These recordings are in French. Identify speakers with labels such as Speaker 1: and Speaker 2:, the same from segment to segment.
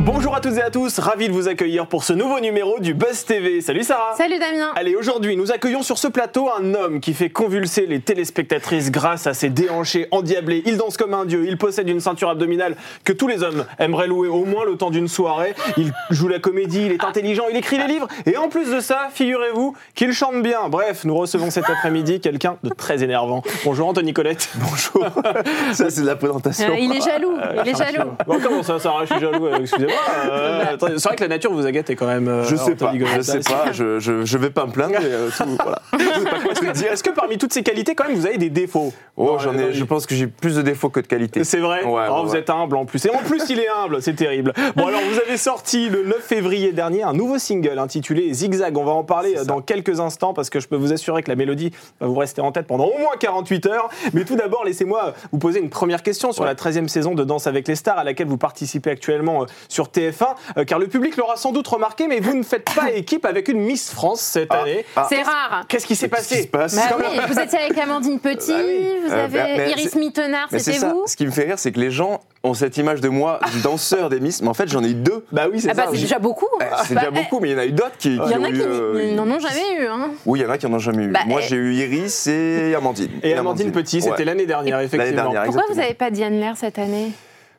Speaker 1: Bonjour à toutes et à tous, ravi de vous accueillir pour ce nouveau numéro du Buzz TV. Salut Sarah
Speaker 2: Salut Damien
Speaker 1: Allez, aujourd'hui, nous accueillons sur ce plateau un homme qui fait convulser les téléspectatrices grâce à ses déhanchés endiablés. Il danse comme un dieu, il possède une ceinture abdominale que tous les hommes aimeraient louer au moins le temps d'une soirée. Il joue la comédie, il est intelligent, il écrit les livres et en plus de ça, figurez-vous qu'il chante bien. Bref, nous recevons cet après-midi quelqu'un de très énervant. Bonjour Anthony Colette. Bonjour.
Speaker 3: Ça, c'est de la présentation.
Speaker 2: Euh, Il est jaloux, il
Speaker 1: Ah,
Speaker 3: Euh,
Speaker 2: est jaloux.
Speaker 1: comment ça, Sarah Je suis jaloux, euh, excusez-moi. Euh, attendez, c'est vrai que la nature vous a gâté quand même. euh,
Speaker 3: Je sais pas,
Speaker 1: Anthony Godet.
Speaker 3: je sais pas, je, je, je vais pas me plaindre, mais euh, tout, voilà.
Speaker 1: Je sais pas quoi te dire. Est-ce que parmi toutes ces qualités, quand même, vous avez des défauts
Speaker 3: Oh,
Speaker 1: Non,
Speaker 3: j'en
Speaker 1: attendez.
Speaker 3: ai, je pense que j'ai plus de défauts que de qualités.
Speaker 1: C'est vrai
Speaker 3: Ouais,
Speaker 1: Oh,
Speaker 3: ouais,
Speaker 1: Vous
Speaker 3: ouais.
Speaker 1: êtes humble en plus. Et en plus, il est humble, c'est terrible. Bon, alors, vous avez sorti le 9 février dernier un nouveau single intitulé Zigzag. On va en parler dans quelques instants parce que je peux vous assurer que la mélodie va vous rester en tête pendant au moins 48 heures. Mais tout d'abord, laissez-moi vous poser une première question sur
Speaker 3: Ouais.
Speaker 1: la 13e saison de Danse avec les stars à laquelle vous participez actuellement euh, sur TF1, euh, car le public l'aura sans doute remarqué, mais vous ne faites pas équipe avec une Miss France cette
Speaker 3: Ah,
Speaker 1: année.
Speaker 3: ah,
Speaker 2: C'est rare
Speaker 1: Qu'est-ce qui s'est
Speaker 3: qu'est-ce qui se
Speaker 1: passé
Speaker 3: passe
Speaker 2: Bah oui, vous étiez avec Amandine Petit,
Speaker 3: Bah oui.
Speaker 2: vous
Speaker 3: Euh,
Speaker 2: avez
Speaker 3: bah, mais
Speaker 2: Iris
Speaker 3: c'est-
Speaker 2: Mittenard,
Speaker 3: Mais c'est
Speaker 2: c'était
Speaker 3: ça,
Speaker 2: vous
Speaker 3: ce qui me fait rire, c'est que les gens ont cette image de moi, du danseur des Miss, mais en fait, j'en ai eu deux.
Speaker 1: Bah oui, c'est
Speaker 2: Ah bah
Speaker 1: ça.
Speaker 2: c'est
Speaker 1: j'ai-
Speaker 2: déjà beaucoup
Speaker 3: Eh, C'est
Speaker 2: Bah, eh,
Speaker 3: déjà beaucoup, mais il y en a eu d'autres qui,
Speaker 2: Il y en
Speaker 3: ont
Speaker 2: a
Speaker 3: eu,
Speaker 2: qui
Speaker 3: euh,
Speaker 2: n- n'en ont jamais eu. Hein.
Speaker 3: Oui, il y en a qui n'en ont jamais eu.
Speaker 2: Bah,
Speaker 3: Moi,
Speaker 2: eh.
Speaker 3: j'ai eu Iris et Amandine.
Speaker 1: Et Amandine Petit, c'était
Speaker 3: Ouais.
Speaker 1: l'année dernière,
Speaker 3: l'année
Speaker 1: effectivement.
Speaker 3: dernière.
Speaker 2: Pourquoi
Speaker 3: exactement.
Speaker 2: vous n'avez pas Diane Lair cette année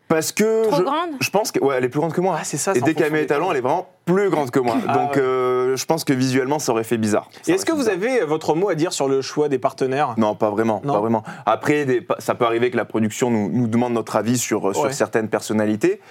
Speaker 3: Parce que
Speaker 2: Trop
Speaker 3: je,
Speaker 2: grande
Speaker 3: je pense que ouais, elle est plus grande que moi.
Speaker 1: Ah, c'est ça,
Speaker 3: Et
Speaker 1: c'est en
Speaker 3: dès qu'elle
Speaker 1: fonction
Speaker 3: met
Speaker 1: des
Speaker 3: les talents,
Speaker 1: talents.
Speaker 3: elle est vraiment plus grande que moi.
Speaker 1: Ah,
Speaker 3: Donc,
Speaker 1: ouais.
Speaker 3: euh, je pense que visuellement, ça aurait fait bizarre.
Speaker 1: Et
Speaker 3: Ça
Speaker 1: est-ce que
Speaker 3: aurait fait
Speaker 1: vous
Speaker 3: bizarre.
Speaker 1: avez euh, votre mot à dire sur le choix des partenaires
Speaker 3: Non, pas vraiment,
Speaker 1: Non.
Speaker 3: pas vraiment. Après, des- pa- ça peut arriver que la production nous, nous demande notre avis sur, euh, sur
Speaker 1: Ouais.
Speaker 3: certaines personnalités.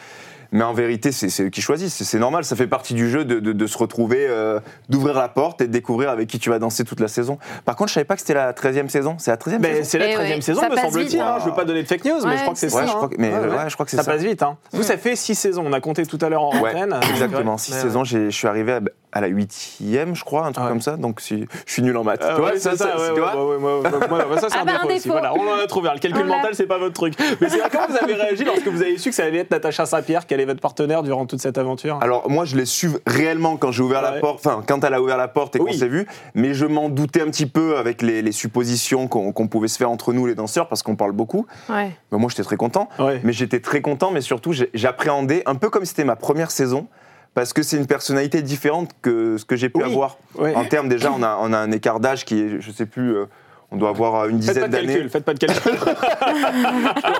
Speaker 3: Mais en vérité, c'est c'est eux qui choisissent. C'est- C'est normal, ça fait partie du jeu de, de- de se retrouver, euh, d'ouvrir la porte et de découvrir avec qui tu vas danser toute la saison. Par contre, je savais pas que c'était la 13e saison. C'est la 13e
Speaker 1: Ben,
Speaker 3: saison
Speaker 1: C'est la
Speaker 2: Eh
Speaker 1: 13e
Speaker 2: ouais,
Speaker 1: saison,
Speaker 2: ça
Speaker 1: me
Speaker 2: passe
Speaker 1: semble-t-il.
Speaker 2: vite,
Speaker 1: hein.
Speaker 3: hein.
Speaker 1: Je veux pas donner de fake news, mais
Speaker 2: Ouais,
Speaker 1: je crois que c'est
Speaker 2: c'est
Speaker 1: ça.
Speaker 3: Ouais, je
Speaker 1: hein.
Speaker 3: crois que, mais,
Speaker 1: Ouais, ouais.
Speaker 3: euh, ouais, je crois que c'est
Speaker 1: Ça
Speaker 3: ça.
Speaker 1: passe vite. Hein. Vous, ça fait 6 saisons. On a compté tout à l'heure en
Speaker 3: Ouais,
Speaker 1: antenne.
Speaker 3: Exactement, six
Speaker 1: hein, Ouais, ouais.
Speaker 3: saisons. J'ai- Je suis arrivé à, à la huitième, je crois, un truc
Speaker 1: Ouais.
Speaker 3: comme ça. Donc si- je suis nul en maths.
Speaker 1: Ah
Speaker 3: Tu vois,
Speaker 1: ouais,
Speaker 3: ça, ça,
Speaker 1: ouais, ouais,
Speaker 3: tu vois
Speaker 1: ouais, ouais, moi, moi, moi, moi, ça, c'est
Speaker 2: Ah
Speaker 1: un
Speaker 2: bah,
Speaker 1: défaut
Speaker 2: un
Speaker 1: aussi.
Speaker 2: défaut.
Speaker 1: Voilà, on en a trouvé. un. Le calcul
Speaker 2: On l'a.
Speaker 1: mental, c'est pas votre truc. Mais c'est comment vous avez réagi lorsque vous avez su que ça allait être Natacha Saint-Pierre, qu'elle est votre partenaire durant toute cette aventure
Speaker 3: Alors moi je l'ai su réellement quand j'ai ouvert
Speaker 1: Ouais.
Speaker 3: la porte, enfin quand elle a ouvert la porte et qu'on
Speaker 1: Oui.
Speaker 3: s'est vu, mais je m'en doutais un petit peu avec les, les suppositions qu'on qu'on pouvait se faire entre nous les danseurs parce qu'on parle beaucoup.
Speaker 2: Ouais.
Speaker 3: Mais moi j'étais très content,
Speaker 1: Ouais.
Speaker 3: mais j'étais très content, mais surtout j'ai- j'appréhendais un peu comme c'était ma première saison. Parce que c'est une personnalité différente que ce que j'ai pu
Speaker 1: Oui.
Speaker 3: avoir.
Speaker 1: Ouais.
Speaker 3: En termes, déjà, on a, on a un écart d'âge qui est, je sais plus, euh, on doit avoir euh, une
Speaker 1: Faites pas
Speaker 3: dizaine
Speaker 1: de
Speaker 3: d'années.
Speaker 1: calcul, faites pas de calcul.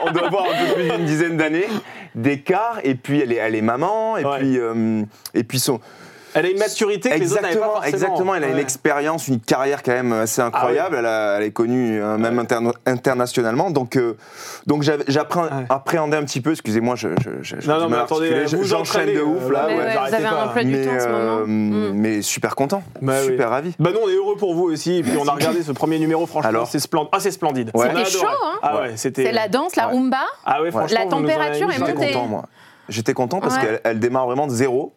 Speaker 3: on doit avoir un peu plus d'une dizaine d'années d'écart. Et puis elle est, elle est maman. Et
Speaker 1: Ouais.
Speaker 3: puis, euh, et puis son.
Speaker 1: Elle a une maturité que les autres n'avaient pas
Speaker 3: Exactement,
Speaker 1: forcément.
Speaker 3: exactement. Elle a une
Speaker 1: Ouais. Ah
Speaker 3: expérience, une carrière quand même assez incroyable. elle, a- elle est connue euh, même interna- internationalement. Donc, euh, donc j'avais- j'apprends-
Speaker 1: Ouais.
Speaker 3: appréhendais un petit peu. Excusez-moi, je, je- je- j'ai
Speaker 1: Non,
Speaker 3: du
Speaker 1: non, mais
Speaker 3: mal à
Speaker 1: attendez,
Speaker 3: articuler, je-
Speaker 1: vous
Speaker 3: j'enchaîne
Speaker 1: entraînez,
Speaker 3: de ouf
Speaker 1: euh,
Speaker 3: là.
Speaker 1: ouais,
Speaker 2: Mais
Speaker 3: ouais.
Speaker 2: ouais, vous
Speaker 1: j'arrêtais
Speaker 2: avez
Speaker 1: pas.
Speaker 2: un emploi du
Speaker 3: Mais,
Speaker 2: temps en ce
Speaker 3: euh,
Speaker 2: moment. Mm.
Speaker 3: mais super content,
Speaker 1: Bah oui.
Speaker 3: super ravi.
Speaker 1: Bah nous on est heureux pour vous aussi et puis on a regardé ce premier numéro franchement
Speaker 3: Alors
Speaker 1: c'est splendide ah c'est splendide
Speaker 3: Ouais.
Speaker 1: On a
Speaker 2: C'était
Speaker 1: adoré.
Speaker 2: chaud, hein
Speaker 1: ah ouais c'était
Speaker 2: C'est la danse, la
Speaker 3: Ouais.
Speaker 2: rumba
Speaker 1: ah ouais, franchement,
Speaker 2: La
Speaker 1: vous nous en avez
Speaker 2: température
Speaker 1: mis
Speaker 2: est
Speaker 1: un
Speaker 3: J'étais
Speaker 2: montée.
Speaker 1: coup.
Speaker 3: content, moi. J'étais content parce
Speaker 2: Ouais.
Speaker 3: qu'elle elle démarre vraiment de zéro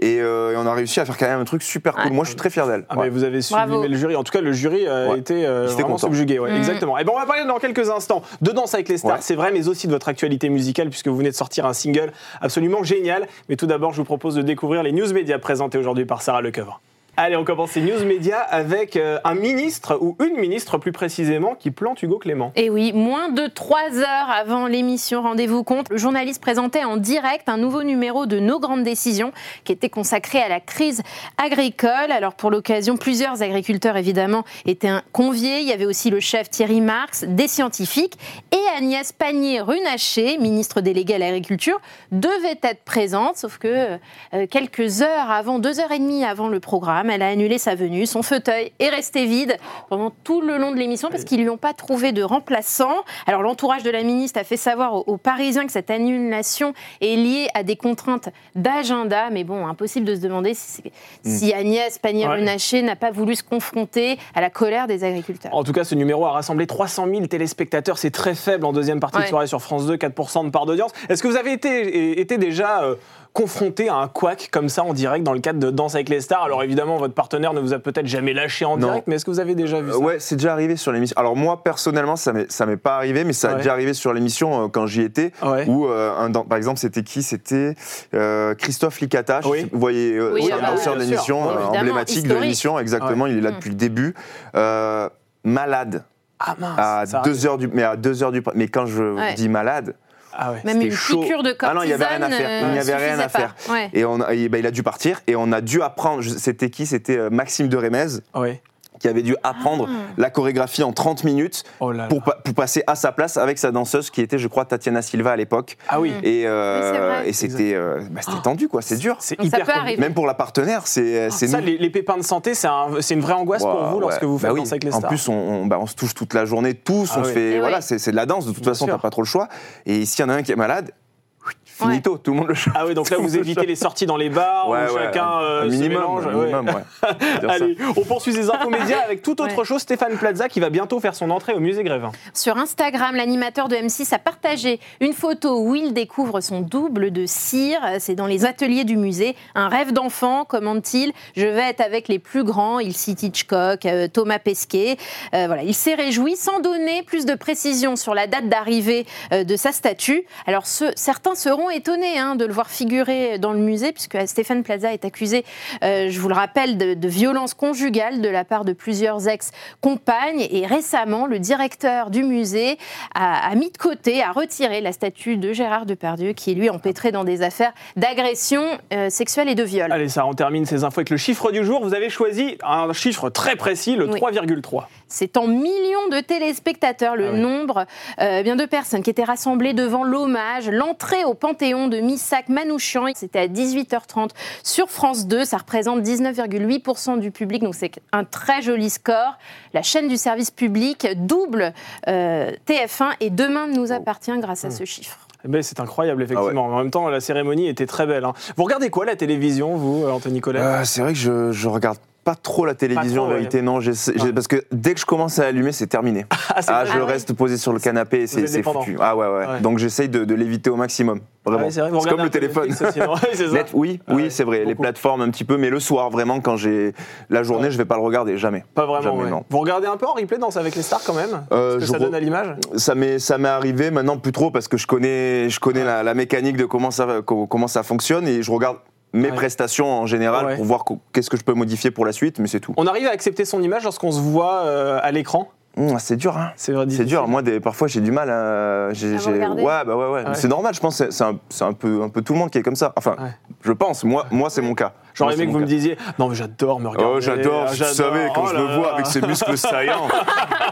Speaker 3: et, euh, et on a réussi à faire quand même un truc super cool.
Speaker 2: Ouais.
Speaker 3: Moi, je suis très fier d'elle.
Speaker 1: Ah,
Speaker 3: Ouais.
Speaker 1: mais vous avez sublimé
Speaker 2: Bravo.
Speaker 1: le jury. En tout cas, le jury a
Speaker 3: Ouais.
Speaker 1: été euh,
Speaker 3: Il était
Speaker 1: vraiment
Speaker 3: content.
Speaker 1: subjugué. ouais,
Speaker 2: Mm.
Speaker 1: Exactement. Et ben, on va parler dans quelques instants de Danse avec les stars,
Speaker 3: Ouais.
Speaker 1: c'est vrai, mais aussi de votre actualité musicale, puisque vous venez de sortir un single absolument génial. Mais tout d'abord, je vous propose de découvrir les news médias présentés aujourd'hui par Sarah Lecoeuvre. Allez, on commence ces news médias avec euh, un ministre, ou une ministre plus précisément, qui plante Hugo Clément.
Speaker 2: Et Eh oui, moins de trois heures avant l'émission Rendez-vous compte, le journaliste présentait en direct un nouveau numéro de Nos grandes décisions qui était consacré à la crise agricole. Alors pour l'occasion, plusieurs agriculteurs évidemment étaient conviés. Il y avait aussi le chef Thierry Marx, des scientifiques et Agnès Pannier-Runacher, ministre déléguée à l'agriculture, devait être présente, sauf que euh, quelques heures avant, deux heures et demie avant le programme, elle a annulé sa venue. Son fauteuil est resté vide pendant tout le long de l'émission parce qu'ils lui ont pas trouvé de remplaçant. Alors l'entourage de la ministre a fait savoir aux, aux Parisiens que cette annulation est liée à des contraintes d'agenda, mais bon, impossible de se demander si, si Agnès Pannier-Runacher n'a pas voulu se confronter à la colère des agriculteurs.
Speaker 1: En tout cas, ce numéro a rassemblé 300 000 téléspectateurs. C'est très faible en deuxième partie de
Speaker 2: Ouais.
Speaker 1: soirée sur France 2, 4% de part d'audience. Est-ce que vous avez été, é- été déjà euh, confronté à un couac comme ça en direct dans le cadre de Danse avec les stars Alors évidemment, votre partenaire ne vous a peut-être jamais lâché en
Speaker 3: Non.
Speaker 1: direct, mais est-ce que vous avez déjà vu
Speaker 3: Euh,
Speaker 1: ça
Speaker 3: Ouais, c'est déjà arrivé sur l'émission. Alors moi personnellement, ça m'est ça m'est pas arrivé, mais ça a
Speaker 1: Ouais.
Speaker 3: déjà arrivé sur l'émission euh, quand j'y étais.
Speaker 1: Ouais.
Speaker 3: Où, euh, un dan- par exemple, c'était qui C'était euh, Christophe Licata. je
Speaker 1: Oui.
Speaker 3: sais- Vous voyez, euh,
Speaker 2: Oui,
Speaker 3: c'est
Speaker 2: ah
Speaker 3: un
Speaker 2: bah
Speaker 3: danseur
Speaker 1: oui,
Speaker 3: de
Speaker 1: bien
Speaker 3: l'émission,
Speaker 1: sûr.
Speaker 3: euh,
Speaker 2: Évidemment,
Speaker 3: emblématique de
Speaker 2: historique.
Speaker 3: l'émission, exactement. Il est là
Speaker 2: Mm.
Speaker 3: depuis le début. Euh, malade
Speaker 1: Ah mince
Speaker 3: à
Speaker 1: ça
Speaker 3: 2 heures du mais à 2 heures du mais quand je
Speaker 2: Ouais.
Speaker 3: dis malade
Speaker 1: Ah ouais.
Speaker 2: Même
Speaker 3: C'était
Speaker 2: une
Speaker 3: chaud.
Speaker 2: piqûre de
Speaker 3: Ah
Speaker 2: cortisone.
Speaker 3: non, il y avait rien à faire. Il n'y
Speaker 2: euh,
Speaker 3: avait rien à
Speaker 2: suffisait
Speaker 3: faire.
Speaker 2: pas. Ouais.
Speaker 3: et on a- et ben, il a dû partir et on a dû apprendre je- c'était qui c'était euh, Maxime de Rémez
Speaker 1: Ouais.
Speaker 3: qui avait dû apprendre
Speaker 2: Ah.
Speaker 3: la chorégraphie en 30 minutes
Speaker 1: Oh là là.
Speaker 3: pour, pa- pour passer à sa place avec sa danseuse qui était, je crois, Tatiana Silva à l'époque.
Speaker 1: Ah oui. Oh.
Speaker 3: Et, euh,
Speaker 2: Oui, c'est vrai.
Speaker 3: et c'était euh, bah, c'était tendu, quoi. C'est dur.
Speaker 1: C'est
Speaker 2: Donc
Speaker 1: hyper
Speaker 2: ça peut
Speaker 1: compliqué.
Speaker 2: arriver.
Speaker 3: Même pour la partenaire, c'est c'est
Speaker 1: Ça,
Speaker 3: nous.
Speaker 1: les, les pépins de santé, c'est un- c'est une vraie angoisse pour
Speaker 3: Ouah,
Speaker 1: vous lorsque
Speaker 3: ouais.
Speaker 1: vous faites
Speaker 3: Bah oui.
Speaker 1: danser avec les
Speaker 3: En
Speaker 1: stars.
Speaker 3: plus, on, on- bah, on se touche toute la journée, tous,
Speaker 1: Ah
Speaker 3: on se
Speaker 1: oui.
Speaker 3: fait.
Speaker 2: Et
Speaker 3: voilà,
Speaker 2: ouais.
Speaker 3: c'est c'est de la danse, de toute
Speaker 1: Bien
Speaker 3: façon,
Speaker 1: sûr.
Speaker 3: t'as pas trop le choix. Et s'il y en a un qui est malade, finito, tout le monde le chope.
Speaker 1: Ah oui, donc là, vous évitez les sorties dans les bars, où chacun
Speaker 3: un-
Speaker 1: euh,
Speaker 3: un
Speaker 1: se
Speaker 3: minimum,
Speaker 1: mélange.
Speaker 3: un
Speaker 1: ouais.
Speaker 3: minimum, ouais. C'est bien ça.
Speaker 1: Allez, on poursuit les infos médias avec tout autre
Speaker 2: Ouais.
Speaker 1: chose. Stéphane Plaza qui va bientôt faire son entrée au musée Grévin.
Speaker 2: Sur Instagram, l'animateur de M6 a partagé une photo où il découvre son double de cire. C'est dans les ateliers du musée. Un rêve d'enfant, commente-t-il. Je vais être avec les plus grands. Il cite Hitchcock, euh, Thomas Pesquet. Euh, voilà, il s'est réjoui sans donner plus de précision sur la date d'arrivée euh, de sa statue. Alors ce- certains seront étonnés hein, de le voir figurer dans le musée, puisque Stéphane Plaza est accusé, euh, je vous le rappelle, de, de violence conjugale de la part de plusieurs ex-compagnes. Et récemment, le directeur du musée a, a mis de côté, a retiré la statue de Gérard Depardieu, qui est lui empêtré dans des affaires d'agression euh, sexuelle et de viol.
Speaker 1: Allez, ça, on termine ces infos avec le chiffre du jour. Vous avez choisi un chiffre très précis, le
Speaker 2: Oui.
Speaker 1: 3,3.
Speaker 2: C'est en millions de téléspectateurs le
Speaker 1: Ah oui.
Speaker 2: nombre euh, bien de personnes qui étaient rassemblées devant l'hommage, l'entrée au Panthéon de Missak Manouchian. C'était à 18h30 sur France 2. Ça représente 19,8% du public, donc c'est un très joli score. La chaîne du service public double euh, TF1 et demain nous appartient grâce
Speaker 3: Hmm.
Speaker 2: à ce chiffre.
Speaker 1: Eh ben, c'est
Speaker 3: Ah
Speaker 1: incroyable, effectivement. En même temps, la cérémonie était très belle. hein. Vous regardez quoi, la télévision, vous, euh, Anthony Collet
Speaker 3: Euh, c'est vrai que je, je regarde pas trop la télévision
Speaker 1: Pas trop,
Speaker 3: en vérité, non. j'essa- j'ai-
Speaker 1: Ouais.
Speaker 3: parce que dès que je commence à allumer, c'est terminé.
Speaker 1: Ah, c'est
Speaker 3: Ah,
Speaker 1: vrai.
Speaker 3: je
Speaker 2: Ah ouais.
Speaker 3: reste posé sur le canapé et c'est
Speaker 1: êtes
Speaker 3: c'est
Speaker 1: dépendant.
Speaker 3: foutu. Ah ouais, ouais.
Speaker 1: Ouais.
Speaker 3: Donc j'essaye de, de l'éviter au maximum. Vraiment.
Speaker 1: Ah oui, c'est vrai, vous
Speaker 3: c'est comme
Speaker 1: regardez
Speaker 3: le
Speaker 1: un peu
Speaker 3: téléphone.
Speaker 1: Netflix aussi, non Ouais, c'est ça.
Speaker 3: Net- oui,
Speaker 1: Ah
Speaker 3: oui,
Speaker 1: ouais,
Speaker 3: c'est vrai. Les
Speaker 1: beaucoup.
Speaker 3: plateformes un petit peu, mais le soir, vraiment, quand j'ai la journée,
Speaker 1: Ouais.
Speaker 3: je vais pas le regarder, jamais.
Speaker 1: Pas vraiment,
Speaker 3: Jamais,
Speaker 1: ouais.
Speaker 3: non.
Speaker 1: Vous regardez un peu en replay Danse avec les stars, quand même
Speaker 3: Euh,
Speaker 1: Est-ce que
Speaker 3: je
Speaker 1: ça
Speaker 3: re-
Speaker 1: donne à l'image
Speaker 3: Ça m'est ça m'est arrivé maintenant plus trop parce que je connais je connais la, la mécanique de comment ça va- co- comment ça fonctionne et je regarde mes
Speaker 1: Ouais.
Speaker 3: prestations en général
Speaker 1: Ouais.
Speaker 3: pour voir co- qu'est-ce que je peux modifier pour la suite, mais c'est tout.
Speaker 1: On arrive à accepter son image lorsqu'on se voit euh, à l'écran
Speaker 3: Hum, c'est dur, hein.
Speaker 1: C'est vrai,
Speaker 3: C'est
Speaker 1: difficile.
Speaker 3: dur. Moi, des- parfois, j'ai du mal. À, j'ai-
Speaker 2: À vous
Speaker 3: j'ai-
Speaker 2: regarder.
Speaker 3: ouais, bah ouais, ouais.
Speaker 1: Ouais.
Speaker 3: C'est normal. Je pense. C'est c'est un, c'est un peu, un peu tout le monde qui est comme ça. Enfin,
Speaker 1: Ouais.
Speaker 3: je pense. Moi, moi, c'est mon cas.
Speaker 1: J'aurais
Speaker 3: Moi, c'est
Speaker 1: aimé que
Speaker 3: mon
Speaker 1: vous me
Speaker 3: cas.
Speaker 1: disiez Non, mais j'adore me regarder.
Speaker 3: Oh, j'adore,
Speaker 1: Ah,
Speaker 3: vous savez, quand
Speaker 1: Oh
Speaker 3: je
Speaker 1: là
Speaker 3: me vois
Speaker 1: là.
Speaker 3: avec ces muscles saillants,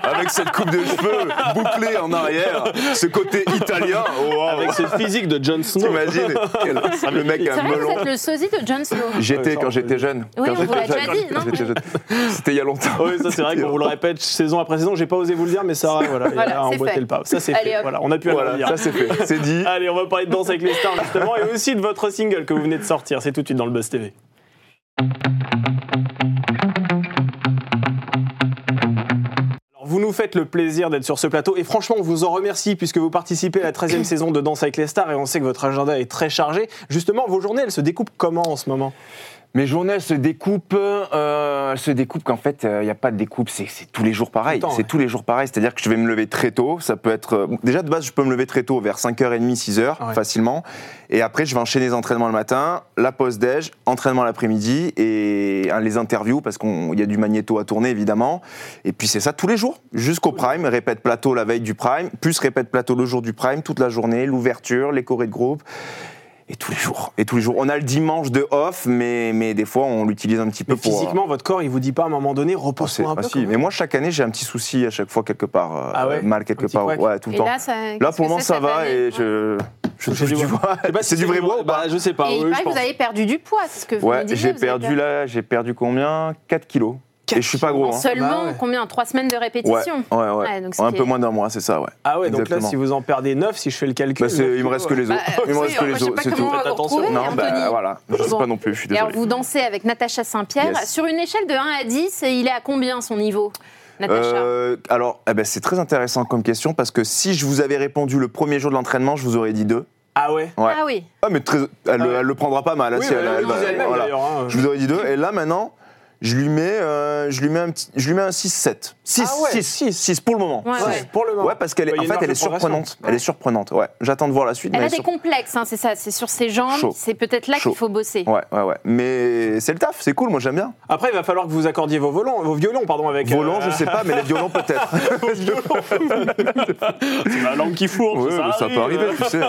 Speaker 3: avec cette coupe de cheveux bouclée en arrière, ce côté italien, oh, wow.
Speaker 1: Avec cette physique de Jon Snow.
Speaker 3: T'imagines quel- Le mec
Speaker 2: C'est
Speaker 3: a un
Speaker 2: vrai que vous
Speaker 3: melon.
Speaker 2: êtes le sosie de Jon Snow.
Speaker 3: J'étais
Speaker 1: Ouais,
Speaker 3: quand j'étais jeune.
Speaker 2: Oui,
Speaker 3: Quand
Speaker 2: on vous l'a
Speaker 3: j'étais
Speaker 2: déjà
Speaker 3: jeune,
Speaker 2: dit,
Speaker 3: quand
Speaker 2: non
Speaker 3: j'étais jeune. C'était il y a longtemps.
Speaker 1: Ah Oui, ça c'est vrai qu'on vous le répète saison après saison. J'ai pas osé vous le dire, mais ça, voilà, il y
Speaker 2: Voilà,
Speaker 1: a
Speaker 2: c'est
Speaker 1: emboîté
Speaker 2: fait.
Speaker 1: le pas. Ça c'est
Speaker 2: Allez,
Speaker 1: fait.
Speaker 2: hop.
Speaker 1: Voilà, on a pu
Speaker 3: Voilà,
Speaker 1: applaudir.
Speaker 3: ça c'est fait. C'est dit.
Speaker 1: Allez, on va parler de Danse avec les stars justement, et aussi de votre single que vous venez de sortir. C'est tout de suite dans le Buzz TV. Alors, Vous nous faites le plaisir d'être sur ce plateau et franchement, on vous en remercie puisque vous participez à la 13e saison de Danse avec les stars et on sait que votre agenda est très chargé. Justement, vos journées, elles se découpent comment en ce moment
Speaker 3: Mes journées elles se découpent, euh, elles se découpent qu'en fait, il n'y a pas de découpe, c'est c'est tous les jours pareil.
Speaker 1: Tout le temps,
Speaker 3: C'est
Speaker 1: ouais.
Speaker 3: tous les jours pareil, c'est-à-dire que je vais me lever très tôt, ça peut être... euh, déjà de base, je peux me lever très tôt, vers 5h30, 6h,
Speaker 1: Ah ouais.
Speaker 3: facilement. Et après, je vais enchaîner les entraînements le matin, la pause déj, entraînement l'après-midi, et hein, les interviews, parce qu'il y a du magnéto à tourner, évidemment. Et puis c'est ça tous les jours, jusqu'au prime, répète plateau la veille du prime, plus répète plateau le jour du prime, toute la journée, l'ouverture, les chorés de groupe. Et tous les jours. Et tous les jours. On a le dimanche de off, mais, mais des fois, on l'utilise un petit peu
Speaker 1: Mais
Speaker 3: pour. euh,
Speaker 1: physiquement, votre corps, il vous dit pas à un moment donné,
Speaker 3: Ah, c'est-
Speaker 1: repose-toi un
Speaker 3: ah,
Speaker 1: peu.
Speaker 3: si.
Speaker 1: quand
Speaker 3: Mais
Speaker 1: même
Speaker 3: moi, chaque année, j'ai un petit souci à chaque fois, quelque part. euh,
Speaker 1: Ah ouais
Speaker 3: Mal,
Speaker 1: Un
Speaker 3: quelque
Speaker 1: petit
Speaker 3: part.
Speaker 1: couac.
Speaker 3: Ouais, tout le
Speaker 2: Et
Speaker 3: temps.
Speaker 2: là, ça,
Speaker 3: Là,
Speaker 2: qu'est-ce
Speaker 3: pour
Speaker 2: que
Speaker 3: moi,
Speaker 2: c'est,
Speaker 3: ça
Speaker 2: cette
Speaker 3: va
Speaker 2: année
Speaker 3: et je. je
Speaker 1: C'est
Speaker 3: touche
Speaker 1: du
Speaker 3: du
Speaker 1: bois.
Speaker 3: bois.
Speaker 1: Je sais pas si
Speaker 3: C'est du vrai bois ou
Speaker 1: Bah,
Speaker 3: pas
Speaker 1: Je sais pas.
Speaker 2: Et
Speaker 1: oui,
Speaker 2: il
Speaker 1: je
Speaker 2: paraît que
Speaker 1: pense.
Speaker 2: vous avez perdu du poids, c'est ce que vous me
Speaker 3: Ouais,
Speaker 2: disiez,
Speaker 3: j'ai
Speaker 2: vous avez
Speaker 3: perdu là, j'ai perdu combien 4 kilos. Et je suis pas gros.
Speaker 2: En
Speaker 3: hein.
Speaker 2: seulement
Speaker 1: Bah ouais.
Speaker 2: combien Trois semaines de
Speaker 3: Ouais,
Speaker 2: répétition
Speaker 3: ouais, ouais.
Speaker 2: Ouais, donc
Speaker 3: un
Speaker 2: c'était-
Speaker 3: peu moins d'un mois, c'est ça, ouais.
Speaker 1: Ah ouais, donc là,
Speaker 3: Exactement.
Speaker 1: si vous en perdez 9, si je fais le calcul.
Speaker 3: Bah, c'est-
Speaker 1: neuf
Speaker 3: il me reste que
Speaker 1: kilos,
Speaker 3: les os. il me
Speaker 2: oui,
Speaker 3: reste que
Speaker 2: moi,
Speaker 3: les
Speaker 2: je sais
Speaker 3: os,
Speaker 2: pas
Speaker 3: c'est
Speaker 2: comment
Speaker 3: tout.
Speaker 2: on va vous
Speaker 1: Faites
Speaker 2: retrouver,
Speaker 1: attention.
Speaker 3: Non, bah
Speaker 2: Anthony.
Speaker 3: voilà, je sais
Speaker 2: Bon.
Speaker 3: pas non plus, je suis
Speaker 2: Et alors,
Speaker 3: désolé.
Speaker 2: vous dansez avec Natacha Saint-Pierre.
Speaker 3: Yes.
Speaker 2: Sur une échelle de 1 à 10, il est à combien son niveau, Natacha
Speaker 3: Euh, alors, eh ben, c'est très intéressant comme question parce que si je vous avais répondu le premier jour de l'entraînement, je vous aurais dit deux.
Speaker 1: Ah ouais
Speaker 3: Ouais.
Speaker 2: Ah oui.
Speaker 3: Ah, mais très- elle,
Speaker 1: Ah ouais.
Speaker 3: elle le prendra pas mal. hein,
Speaker 1: Oui,
Speaker 3: si
Speaker 1: bah,
Speaker 3: elle-
Speaker 1: elle
Speaker 3: elle
Speaker 1: le
Speaker 3: va-
Speaker 1: disait elle-même
Speaker 3: voilà.
Speaker 1: d'ailleurs. hein.
Speaker 3: Je vous aurais dit deux. Et là, maintenant, je lui mets, euh, je lui mets, un petit, je lui mets un 6-7. 6,
Speaker 1: Ah ouais,
Speaker 3: 6, 6, pour le moment.
Speaker 2: Ouais,
Speaker 3: Six.
Speaker 2: ouais.
Speaker 1: Pour le moment.
Speaker 3: Ouais, parce qu'elle
Speaker 1: Ouais,
Speaker 3: est,
Speaker 1: il y a
Speaker 3: en
Speaker 1: une
Speaker 3: fait,
Speaker 1: marge
Speaker 3: elle
Speaker 1: de
Speaker 3: est
Speaker 1: progression.
Speaker 3: surprenante. Elle est surprenante. Ouais, j'attends de voir la suite.
Speaker 2: Elle
Speaker 3: mais
Speaker 2: a
Speaker 3: elle est
Speaker 2: des complexes, hein, c'est ça. C'est sur ses jambes.
Speaker 3: Chaud.
Speaker 2: C'est peut-être là
Speaker 3: Chaud.
Speaker 2: qu'il faut bosser.
Speaker 3: sur- Ouais, ouais, ouais. Mais c'est le taf, c'est cool. Moi, j'aime bien.
Speaker 1: Après, il va falloir que vous accordiez vos volants, vos violons, pardon, avec.
Speaker 3: Volant,
Speaker 1: euh,
Speaker 3: je sais pas, mais les violons peut-être.
Speaker 1: vos violons. c'est la langue qui fourre.
Speaker 3: Ouais, mais ça peut arriver, tu sais.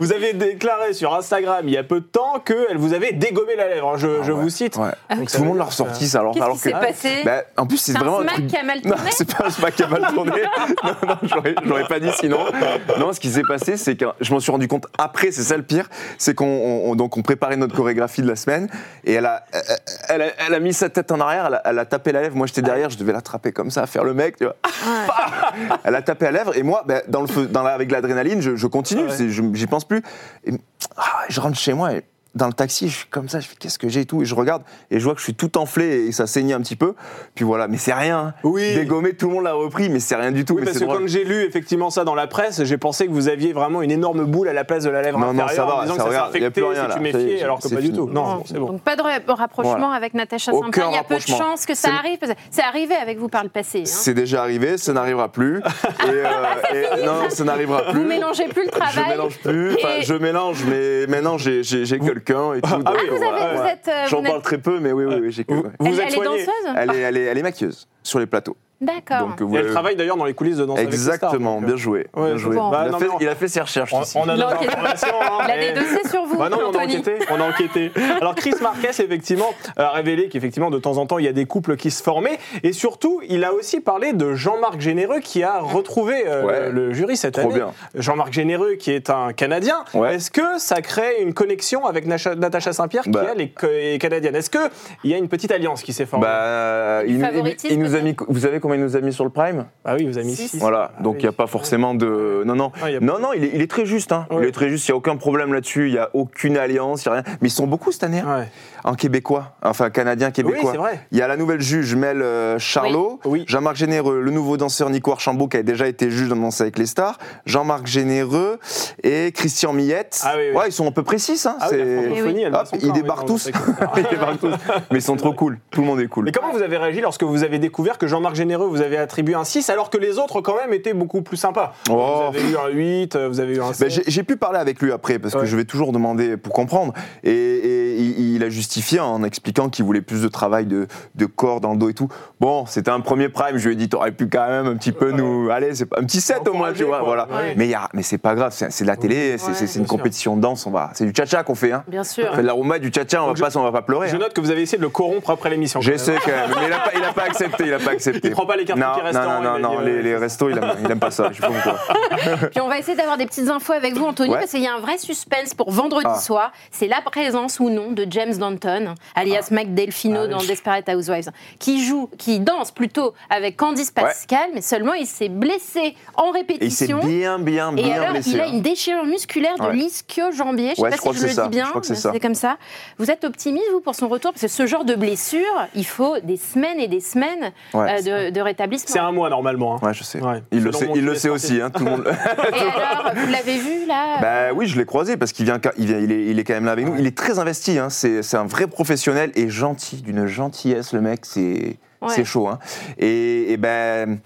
Speaker 1: Vous avez déclaré sur Instagram il y a peu de temps qu'elle vous avait dégommé la lèvre. hein. Je, je
Speaker 3: Ah ouais.
Speaker 1: vous cite.
Speaker 3: Ouais.
Speaker 1: Donc, ça
Speaker 3: Tout le
Speaker 1: veut
Speaker 3: monde l'a
Speaker 1: dire
Speaker 3: ressorti, ça. Alors,
Speaker 2: Ah Qu'est-ce
Speaker 3: alors
Speaker 2: qui s'est passé
Speaker 3: que- Bah, en plus, c'est
Speaker 2: C'est
Speaker 3: vraiment
Speaker 2: un
Speaker 3: un
Speaker 2: smack
Speaker 3: truc.
Speaker 2: qui a mal
Speaker 3: Non,
Speaker 2: tourné
Speaker 3: c'est pas un smack qui a mal tourné. Non, non, j'aurais- j'aurais pas dit sinon. Non, ce qui s'est passé, c'est que je m'en suis rendu compte après, c'est ça le pire, c'est qu'on on- on- donc on préparait notre chorégraphie de la semaine et elle a, elle, a, elle a mis sa tête en arrière, elle a, elle a tapé la lèvre. Moi, j'étais derrière, je devais l'attraper comme ça, faire le mec, tu vois. Elle a tapé la lèvre et moi, ben, dans le feu, dans la- avec l'adrénaline, je, je continue,
Speaker 1: Ouais.
Speaker 3: c'est- je- j'y pense plus. Et, ah, je rentre chez moi et dans le taxi, je suis comme ça, je fais qu'est-ce que j'ai et tout, et je regarde et je vois que je suis tout enflé et ça saignait un petit peu. Puis voilà, mais c'est rien. hein.
Speaker 1: Oui.
Speaker 3: Dégommé, tout le monde l'a repris, mais c'est rien du tout.
Speaker 1: Oui,
Speaker 3: mais
Speaker 1: parce
Speaker 3: c'est
Speaker 1: que
Speaker 3: drôle.
Speaker 1: quand j'ai lu effectivement ça dans la presse, j'ai pensé que vous aviez vraiment une énorme boule à la place de la lèvre
Speaker 3: Non, non,
Speaker 1: inférieure
Speaker 3: ça va,
Speaker 1: en disant
Speaker 3: ça
Speaker 1: que ça
Speaker 3: regarde, y a plus
Speaker 1: s'infectait,
Speaker 3: rien,
Speaker 1: c'est
Speaker 3: là, ça y
Speaker 1: tuméfié,
Speaker 3: est,
Speaker 1: alors que
Speaker 3: c'est
Speaker 1: pas du
Speaker 3: fini.
Speaker 1: tout. Non, c'est bon.
Speaker 2: Donc pas de ra- rapprochement
Speaker 3: Voilà.
Speaker 2: avec Natacha
Speaker 3: Aucun
Speaker 2: Saint-Plein. Il y a peu de
Speaker 3: rapprochement.
Speaker 2: chances que ça
Speaker 3: C'est-
Speaker 2: arrive. parce que C'est arrivé avec vous par le passé. hein.
Speaker 3: C'est déjà arrivé, ça n'arrivera plus. Et, euh, et- non, ça n'arrivera plus.
Speaker 2: Vous mélangez plus Ah, le
Speaker 3: je
Speaker 2: travail.
Speaker 3: mélange plus. Enfin,
Speaker 2: et-
Speaker 3: je mélange, mais maintenant j'ai, j'ai, j'ai quelqu'un et tout. donc,
Speaker 1: Ah,
Speaker 2: vous
Speaker 3: voilà.
Speaker 2: avez- vous
Speaker 3: Ouais.
Speaker 2: êtes, euh,
Speaker 3: J'en
Speaker 2: vous n'êtes-
Speaker 3: parle très peu, mais oui, oui, oui, j'ai que- ouais.
Speaker 1: Vous
Speaker 2: elle,
Speaker 1: êtes
Speaker 2: elle est
Speaker 1: soignée.
Speaker 2: danseuse
Speaker 3: Elle est, elle, est, elle est maquilleuse sur les plateaux.
Speaker 2: D'accord.
Speaker 3: Donc, euh, vous
Speaker 1: Et elle
Speaker 3: l'avez-
Speaker 1: travaille d'ailleurs dans les coulisses de Danse avec les stars,
Speaker 3: Exactement,
Speaker 1: donc, euh,
Speaker 3: bien joué.
Speaker 1: Ouais,
Speaker 3: bien joué.
Speaker 2: bon.
Speaker 1: Bah,
Speaker 3: il, a
Speaker 1: non,
Speaker 3: fait,
Speaker 1: mais on-
Speaker 3: il a fait ses recherches.
Speaker 1: On,
Speaker 3: ici.
Speaker 1: on a nos
Speaker 2: L'enquête.
Speaker 1: informations. hein,
Speaker 2: Elle a
Speaker 1: mais-
Speaker 2: des dossiers sur vous,
Speaker 1: Bah non, mais on a
Speaker 2: Anthony.
Speaker 1: enquêté, on a enquêté. Alors Chris Marquez, effectivement, euh, a révélé qu'effectivement, de temps en temps, il y a des couples qui se formaient. Et surtout, il a aussi parlé de Jean-Marc Généreux qui a retrouvé euh,
Speaker 3: Ouais.
Speaker 1: le jury cette
Speaker 3: Trop
Speaker 1: année.
Speaker 3: bien.
Speaker 1: Jean-Marc Généreux qui est un Canadien.
Speaker 3: Ouais.
Speaker 1: Est-ce que ça crée une connexion avec Nacha- Natacha Saint-Pierre
Speaker 3: Bah.
Speaker 1: qui, elle, est co- est canadienne Est-ce qu'il y a une petite alliance qui s'est formée
Speaker 3: Bah,
Speaker 2: Du
Speaker 3: il, nous- il-
Speaker 2: favoritisme,
Speaker 3: il nous a mis. Vous savez combien il nous a mis sur le Prime
Speaker 1: Ah oui, vous avez mis
Speaker 2: Six.
Speaker 1: six.
Speaker 3: Voilà.
Speaker 1: Ah
Speaker 3: Donc
Speaker 1: oui.
Speaker 3: il n'y a pas forcément de. Non, non.
Speaker 1: Ah, il y a pas-
Speaker 3: Non, non, il est, il est très juste. hein.
Speaker 1: Ouais.
Speaker 3: Il est très juste. Il n'y a aucun problème là-dessus. Il n'y a aucune alliance. Il y a rien. Mais ils sont beaucoup cette année. hein,
Speaker 1: Ouais.
Speaker 3: En québécois. Enfin, canadien
Speaker 1: Ah. Oui,
Speaker 3: québécois.
Speaker 1: c'est vrai.
Speaker 3: il y a la nouvelle juge Mel euh, Charlot,
Speaker 1: Oui. Oui.
Speaker 3: Jean-Marc Généreux, le nouveau danseur Nico Archambault qui a déjà été juge dans Danse avec les stars, Jean-Marc Généreux et Christian Millette.
Speaker 1: Ah oui, oui.
Speaker 3: Ouais, ils sont à peu près six. Hein.
Speaker 1: Ah oui, la
Speaker 3: c'est-
Speaker 1: francophonie, elle
Speaker 3: Hop,
Speaker 1: passe
Speaker 3: ils
Speaker 1: encore, oui,
Speaker 3: débarquent
Speaker 1: dans le
Speaker 3: tous.
Speaker 1: secteur.
Speaker 3: Ils débarquent tous. Mais ils sont trop cool. Tout le monde est cool.
Speaker 1: Mais comment vous avez réagi lorsque vous avez découvert que Jean-Marc Généreux vous avait attribué un 6 alors que les autres quand même étaient beaucoup plus sympas
Speaker 3: Oh.
Speaker 1: Vous avez eu un 8, vous avez eu un 7.
Speaker 3: Ben, j'ai- j'ai pu parler avec lui après parce
Speaker 1: Ouais.
Speaker 3: que je vais toujours demander pour comprendre et, et il, il a justifié en expliquant qu'il voulait plus de travail de, de corps dans le dos et tout. Bon, c'était un premier prime, je lui ai dit t'aurais pu quand même un petit peu nous allez, c'est pas- un petit set au moins tu
Speaker 1: Encourager,
Speaker 3: vois,
Speaker 1: quoi.
Speaker 3: voilà.
Speaker 1: Ouais.
Speaker 3: Mais il y a- mais c'est pas grave, c'est c'est de la télé, c'est
Speaker 2: Ouais,
Speaker 3: c'est- c'est
Speaker 1: bien
Speaker 3: une
Speaker 1: sûr.
Speaker 3: compétition de danse, on va c'est du cha-cha qu'on fait hein.
Speaker 2: Bien sûr.
Speaker 3: On fait de l'aroma du cha-cha, on va
Speaker 1: Donc,
Speaker 3: pas on va pas pleurer.
Speaker 1: Je
Speaker 3: hein.
Speaker 1: note que vous avez essayé de le corrompre après l'émission. quand même.
Speaker 3: J'essaie quand même, mais il a pas, il a pas accepté, il a pas accepté.
Speaker 1: Il prend pas les cartes
Speaker 3: non,
Speaker 1: tickets restaurants,
Speaker 3: non, non,
Speaker 1: il
Speaker 3: non,
Speaker 1: a
Speaker 3: non,
Speaker 1: dit,
Speaker 3: les,
Speaker 1: euh,
Speaker 3: les restos, il aime, il aime pas ça, je sais pas pourquoi.
Speaker 2: Puis on va essayer d'avoir des petites infos avec vous, Anthony,
Speaker 3: Ouais.
Speaker 2: parce qu'il y a un vrai suspense pour vendredi
Speaker 3: Ah.
Speaker 2: soir. C'est la présence ou non de James Danton, alias Mac Delfino
Speaker 1: Ah oui.
Speaker 2: dans Desperate Housewives, qui joue, qui danse plutôt avec Candice Pascal, mais seulement il s'est blessé en
Speaker 3: Et il s'est
Speaker 2: répétition.
Speaker 3: bien, bien,
Speaker 2: Et
Speaker 3: bien
Speaker 2: alors,
Speaker 3: blessé.
Speaker 2: il a
Speaker 3: hein.
Speaker 2: une déchirure musculaire de
Speaker 3: Ouais.
Speaker 2: l'ischio-jambier. Je sais
Speaker 3: Ouais,
Speaker 2: pas
Speaker 3: je crois
Speaker 2: si
Speaker 3: que
Speaker 2: je
Speaker 3: c'est
Speaker 2: le
Speaker 3: ça.
Speaker 2: dis bien,
Speaker 3: Je crois que c'est
Speaker 2: mais
Speaker 3: ça.
Speaker 2: c'est comme ça. Vous êtes optimiste, vous, pour son retour Parce que ce genre de blessure, il faut des semaines et des semaines
Speaker 3: Ouais.
Speaker 2: euh, de, de rétablissement.
Speaker 1: C'est un mois normalement. hein.
Speaker 3: Ouais, je sais.
Speaker 1: Ouais.
Speaker 3: Il le
Speaker 1: Selon
Speaker 3: sait,
Speaker 1: mon
Speaker 3: il le
Speaker 1: sujet
Speaker 3: sait
Speaker 1: sportif.
Speaker 3: aussi, hein, tout le monde.
Speaker 2: Et alors, vous l'avez vu, là
Speaker 3: bah oui, je l'ai croisé parce qu'il vient, ca- il, vient- il est, il est quand même là avec nous. Il est très investi, hein. c'est c'est un vrai professionnel et gentil, d'une gentillesse, le mec, c'est
Speaker 2: Ouais.
Speaker 3: c'est chaud. Hein. Et, et ben,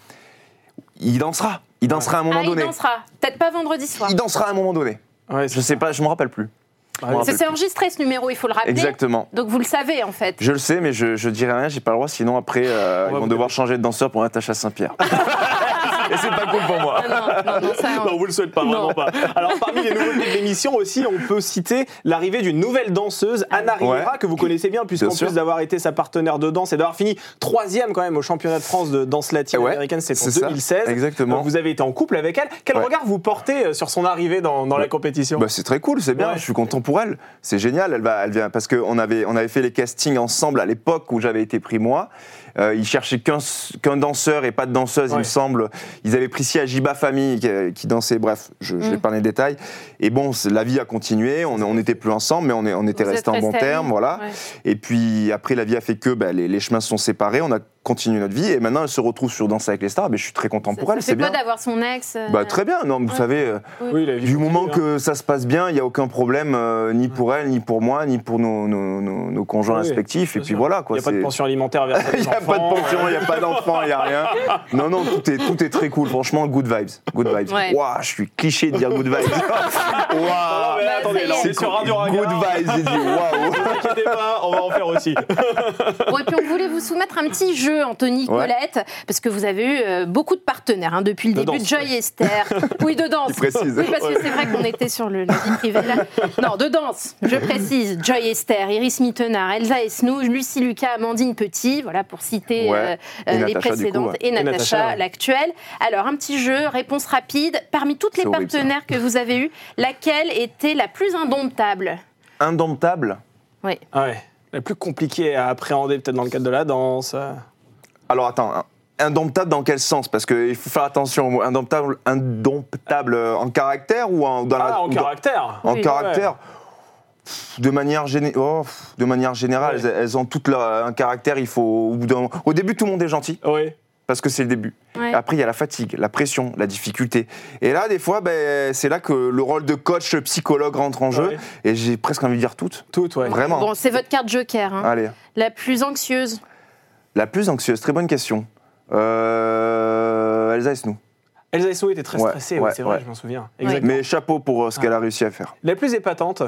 Speaker 3: il dansera, il dansera à un moment
Speaker 2: Ah, il
Speaker 3: donné.
Speaker 2: dansera. Peut-être pas vendredi soir.
Speaker 3: Il dansera à un moment donné.
Speaker 1: Ouais,
Speaker 3: Je sais pas, je me rappelle plus.
Speaker 1: Ah,
Speaker 3: Je me
Speaker 1: oui.
Speaker 3: rappelle
Speaker 2: C'est
Speaker 3: plus.
Speaker 2: enregistré ce numéro, il faut le rappeler.
Speaker 3: Exactement.
Speaker 2: Donc vous le savez en fait.
Speaker 3: Je le sais, mais je, je dirai rien, j'ai pas le droit, sinon après,
Speaker 1: On
Speaker 3: euh,
Speaker 1: va
Speaker 3: ils vont
Speaker 1: vous-
Speaker 3: devoir changer de danseur pour Natacha Saint-Pierre. et c'est pas cool pour moi.
Speaker 2: Ah non, non, non, ça,
Speaker 3: Bah,
Speaker 1: Non, vous le souhaite pas, vraiment pas. Alors, parmi les nouveautés de l'émission aussi, on peut citer l'arrivée d'une nouvelle danseuse, Anna Rivera, que vous connaissez bien, puisqu'en
Speaker 3: Bien sûr.
Speaker 1: plus d'avoir été sa partenaire de danse et d'avoir fini troisième quand même au championnat de France de danse latine
Speaker 3: Ouais,
Speaker 1: américaine, c'est en
Speaker 3: c'est ça,
Speaker 1: 2016.
Speaker 3: exactement.
Speaker 1: Donc, Vous avez été en couple avec elle. Quel
Speaker 3: Ouais.
Speaker 1: regard vous portez euh, sur son arrivée dans, dans la
Speaker 3: Bah,
Speaker 1: compétition
Speaker 3: Bah, c'est très cool, c'est bien.
Speaker 1: Ouais.
Speaker 3: Je suis content pour elle. C'est génial. Elle va, elle vient parce qu'on avait, on avait fait les castings ensemble à l'époque où j'avais été pris moi. Euh, ils cherchaient qu'un s- qu'un danseur et pas de danseuse, il
Speaker 1: Ouais.
Speaker 3: me semble. Ils avaient pris si Ajiba Famille qui, euh, qui dansait. Bref, je, je
Speaker 2: Mm.
Speaker 3: vais pas les détails. Et bon, c'est- la vie a continué. On on n'était plus ensemble, mais on, est- on était
Speaker 2: Vous
Speaker 3: restés
Speaker 2: êtes
Speaker 3: en bon
Speaker 2: restés amis.
Speaker 3: terme, voilà.
Speaker 2: Ouais.
Speaker 3: Et puis après, la vie a fait que bah, les, les chemins se sont séparés. On a continue notre vie. Et maintenant, elle se retrouve sur Danse avec les stars. Mais je suis très content pour
Speaker 2: Ça
Speaker 3: elle,
Speaker 2: fait
Speaker 3: c'est
Speaker 2: pas
Speaker 3: bien.
Speaker 2: d'avoir son ex. euh,
Speaker 3: Bah, très bien. Non, mais vous
Speaker 2: Ouais.
Speaker 3: savez, euh,
Speaker 1: Oui, la vie
Speaker 3: du moment
Speaker 1: continue,
Speaker 3: que ça se passe bien, il n'y a aucun problème, euh, ni pour elle, ni pour moi, ni pour nos, nos- nos- nos conjoints
Speaker 1: Oui,
Speaker 3: respectifs. Et
Speaker 1: bien
Speaker 3: puis
Speaker 1: sûr.
Speaker 3: voilà,
Speaker 1: Il
Speaker 3: quoi.
Speaker 1: n'y a pas de
Speaker 3: c'est-
Speaker 1: pension alimentaire vers
Speaker 3: Il n'y a pas de pension, il n'y a pas d'enfant, il n'y a rien. Non, non, tout est, tout est très cool. Franchement, good vibes. Good vibes.
Speaker 2: Ouais.
Speaker 3: Waouh, je suis cliché de dire good vibes. Waouh.
Speaker 1: Ah,
Speaker 2: Bah,
Speaker 1: attendez,
Speaker 2: ça y
Speaker 1: là,
Speaker 2: est.
Speaker 1: on est sur Radio Ragaz.
Speaker 3: Good vibes, j'ai dit waouh.
Speaker 1: Ne vous inquiétez pas, on va en faire aussi.
Speaker 2: Bon, et puis on voulait vous soumettre un petit jeu, Anthony
Speaker 3: Ouais.
Speaker 2: Colette, parce que vous avez eu euh, beaucoup de partenaires hein, depuis le
Speaker 1: De
Speaker 2: début.
Speaker 1: danse,
Speaker 2: Joy Esther, oui, de danse.
Speaker 3: Il précise.
Speaker 2: Oui, parce que c'est vrai qu'on était sur le la vie privée là. Non, de danse, je précise. Joy Esther, Iris Mittenard, Elsa Esnouge, Lucie Lucas, Amandine Petit, voilà pour citer
Speaker 3: Ouais.
Speaker 2: euh,
Speaker 3: Et
Speaker 2: euh, les
Speaker 3: Natacha, du coup,
Speaker 2: précédentes,
Speaker 3: ouais.
Speaker 2: et Natacha,
Speaker 1: Natacha, ouais.
Speaker 2: l'actuelle. Alors, un petit jeu, réponse rapide. Parmi toutes les
Speaker 3: C'est horrible, ça.
Speaker 2: partenaires que vous avez eues, laquelle était la plus indomptable
Speaker 3: Indomptable.
Speaker 1: Ah ouais. La plus compliquée à appréhender, peut-être dans le cadre de la danse. euh.
Speaker 3: Alors attends, hein. indomptable dans quel sens Parce qu'il faut faire attention. au mot Indomptable, indomptable euh, en caractère ou en, dans la,
Speaker 1: Ah, en
Speaker 3: ou dans-
Speaker 1: caractère
Speaker 3: en
Speaker 2: Oui.
Speaker 3: caractère Pff, de manière, géné- oh, pff, de manière générale,
Speaker 1: Ouais.
Speaker 3: elles, elles ont toutes leur, un caractère. Il faut, au, bout d'un- au début, tout le monde est gentil,
Speaker 1: Oui.
Speaker 3: parce que c'est le début.
Speaker 2: Ouais.
Speaker 3: Après, il y a la fatigue, la pression, la difficulté. Et là, des fois, ben, c'est là que le rôle de coach, psychologue rentre en jeu.
Speaker 1: Ouais.
Speaker 3: Et j'ai presque envie de dire toutes.
Speaker 1: Toutes, ouais.
Speaker 3: Vraiment. Ah.
Speaker 2: Bon, c'est votre carte joker. hein.
Speaker 3: Allez.
Speaker 2: La plus anxieuse.
Speaker 3: La plus anxieuse, très bonne question. Euh, Elsa Esnou.
Speaker 1: Elsa Esso était très
Speaker 3: Ouais,
Speaker 1: stressée, ouais,
Speaker 3: ouais,
Speaker 1: c'est vrai,
Speaker 3: ouais.
Speaker 1: je m'en souviens.
Speaker 2: Ouais.
Speaker 1: Exactement.
Speaker 3: Mais chapeau pour euh, ce qu'elle a réussi à faire.
Speaker 1: La plus épatante,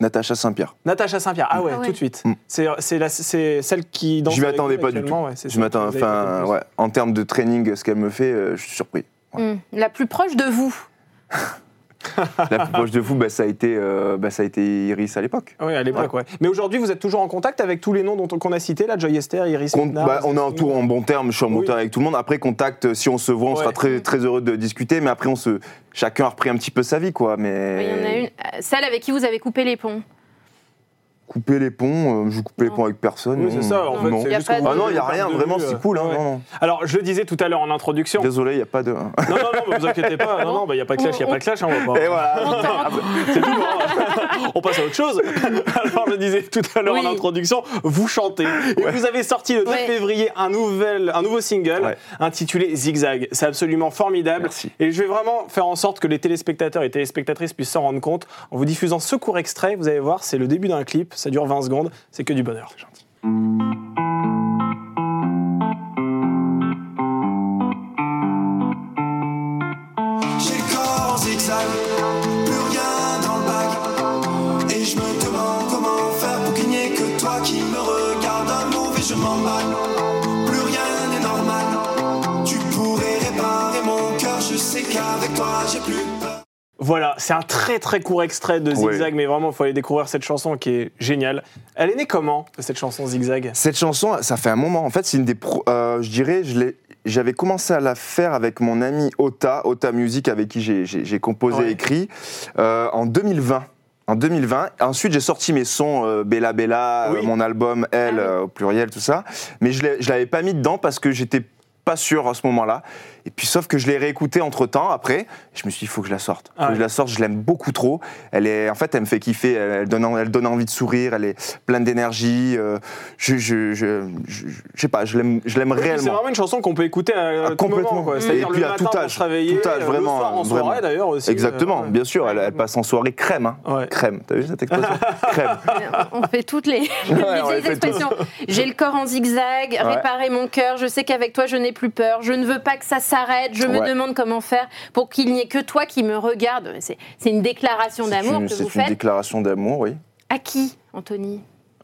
Speaker 3: Natacha Saint-Pierre.
Speaker 1: Natacha Saint-Pierre. Ah ouais,
Speaker 2: Ah ouais.
Speaker 1: tout de suite.
Speaker 3: Mm.
Speaker 1: C'est c'est la- c'est celle qui danse.
Speaker 3: Je m'y
Speaker 1: avec
Speaker 3: attendais
Speaker 1: nous
Speaker 3: pas du
Speaker 1: actuellement, ouais, c'est
Speaker 3: Je
Speaker 1: celle
Speaker 3: m'attends,
Speaker 1: que vous avez fait
Speaker 3: enfin,
Speaker 1: le plus.
Speaker 3: ouais, en termes de training, ce qu'elle me fait, euh, je suis surpris. Ouais.
Speaker 2: Hmm. La plus proche de vous.
Speaker 3: La plus proche de vous, bah, ça, a été, euh, bah, ça a été Iris à l'époque.
Speaker 1: Oui, à l'époque, ouais. Mais aujourd'hui, vous êtes toujours en contact avec tous les noms dont qu'on a cités, là, Joy Esther, Iris
Speaker 3: Con-
Speaker 1: Mittenard,
Speaker 3: bah, on est en
Speaker 1: Cécile.
Speaker 3: tout en bon terme, je suis en bon
Speaker 1: Oui.
Speaker 3: terme avec tout le monde. Après, contact, euh, si on se voit, on
Speaker 1: Ouais.
Speaker 3: sera très, très heureux de discuter, mais après, on se, chacun a repris un petit peu sa vie, quoi.
Speaker 2: Il
Speaker 3: Mais
Speaker 2: y en a une. euh, Celle avec qui vous avez coupé les ponts.
Speaker 3: couper les ponts, euh, je coupe les
Speaker 2: Non.
Speaker 3: ponts avec personne.
Speaker 1: Oui, c'est ça, en fait,
Speaker 3: non.
Speaker 1: c'est
Speaker 2: Y a
Speaker 1: juste
Speaker 2: pas
Speaker 1: que
Speaker 2: de-
Speaker 1: vous-
Speaker 3: Ah non, il n'y a rien,
Speaker 1: de vue,
Speaker 3: vraiment,
Speaker 1: euh,
Speaker 3: c'est cool. hein,
Speaker 1: ouais.
Speaker 3: non, non.
Speaker 1: Alors, je le disais tout à l'heure en introduction.
Speaker 3: Désolé, il n'y a pas de.
Speaker 1: Non, non, non, mais vous inquiétez pas. Non, non, il n'y a pas de clash, il n'y a pas de clash. hein, on va pas-
Speaker 3: Et voilà.
Speaker 2: Content.
Speaker 1: C'est tout, hein. On passe à autre chose. Alors, je disais tout à l'heure
Speaker 2: Oui.
Speaker 1: en introduction, vous chantez. Et vous avez sorti le 2
Speaker 2: Ouais.
Speaker 1: février un, nouvel, un nouveau single
Speaker 3: Ouais.
Speaker 1: intitulé Zigzag. C'est absolument formidable.
Speaker 3: Merci.
Speaker 1: Et je vais vraiment faire en sorte que les téléspectateurs et téléspectatrices puissent s'en rendre compte. En vous diffusant ce court extrait, vous allez voir, c'est le début d'un clip. Ça dure 20 secondes. C'est que du bonheur.
Speaker 4: J'ai le corps en zigzag, plus rien dans le bac. Et je me demande comment faire pour qu'il n'y ait que toi qui me regarde un mauvais, je m'emballe. Plus rien n'est normal. Tu pourrais réparer mon cœur, je sais qu'avec toi j'ai plus peur.
Speaker 1: Voilà, c'est un très très court extrait de
Speaker 3: Ouais.
Speaker 1: Zigzag, mais vraiment, il faut aller découvrir cette chanson qui est géniale. Elle est née comment, cette chanson Zigzag
Speaker 3: Cette chanson, ça fait un moment. En fait, c'est une des. pro- euh, je dirais, je l'ai- J'avais commencé à la faire avec mon ami Ota, Ota Music, avec qui j'ai- j'ai j'ai composé
Speaker 1: Ouais.
Speaker 3: et écrit, euh, en 2020. En 2020. Ensuite, j'ai sorti mes sons euh, Bella Bella,
Speaker 1: Oui.
Speaker 3: euh, mon album Elle,
Speaker 2: Ah oui.
Speaker 3: euh, au pluriel, tout ça. Mais je l'ai- je l'avais pas mis dedans parce que j'étais pas sûr à ce moment-là. Et puis, sauf que je l'ai réécouté entre temps après. Je me suis dit, il faut que je la sorte. Faut
Speaker 1: Ah
Speaker 3: que
Speaker 1: ouais.
Speaker 3: je la sorte, je l'aime beaucoup trop. Elle est, en fait, elle me fait kiffer. Elle, elle donne, en- elle donne envie de sourire. Elle est pleine d'énergie. euh, je, je, je, je, je sais pas, je l'aime, je l'aime
Speaker 1: Oui, C'est
Speaker 3: réellement.
Speaker 1: vraiment une chanson qu'on peut écouter à,
Speaker 3: Ah,
Speaker 1: tout
Speaker 3: complètement.
Speaker 1: moment, quoi.
Speaker 3: Mm.
Speaker 1: C'est-à-dire
Speaker 3: Et puis
Speaker 1: le
Speaker 3: à
Speaker 1: matin
Speaker 3: tout
Speaker 1: pour
Speaker 3: âge,
Speaker 1: se réveiller,
Speaker 3: tout âge,
Speaker 1: euh,
Speaker 3: vraiment,
Speaker 1: Le soir en
Speaker 3: vraiment.
Speaker 1: soirée d'ailleurs aussi.
Speaker 3: Exactement,
Speaker 1: euh, ouais.
Speaker 3: bien sûr. Elle, elle passe en soirée crème, hein.
Speaker 1: Ouais.
Speaker 3: Crème, t'as vu cette expression Crème.
Speaker 2: On fait toutes les, les
Speaker 3: Ouais, on les
Speaker 2: vieilles
Speaker 3: fait tous.
Speaker 2: expressions. J'ai le corps en zigzag, réparer mon cœur, je sais qu'avec toi je n'ai plus peur, je ne veux pas que ça s'arrête, je me
Speaker 3: Ouais.
Speaker 2: demande comment faire pour qu'il n'y ait que toi qui me regarde. C'est c'est une déclaration
Speaker 3: C'est
Speaker 2: d'amour
Speaker 3: une,
Speaker 2: que
Speaker 3: c'est
Speaker 2: vous
Speaker 3: une
Speaker 2: faites.
Speaker 3: déclaration d'amour, oui.
Speaker 2: À qui, Anthony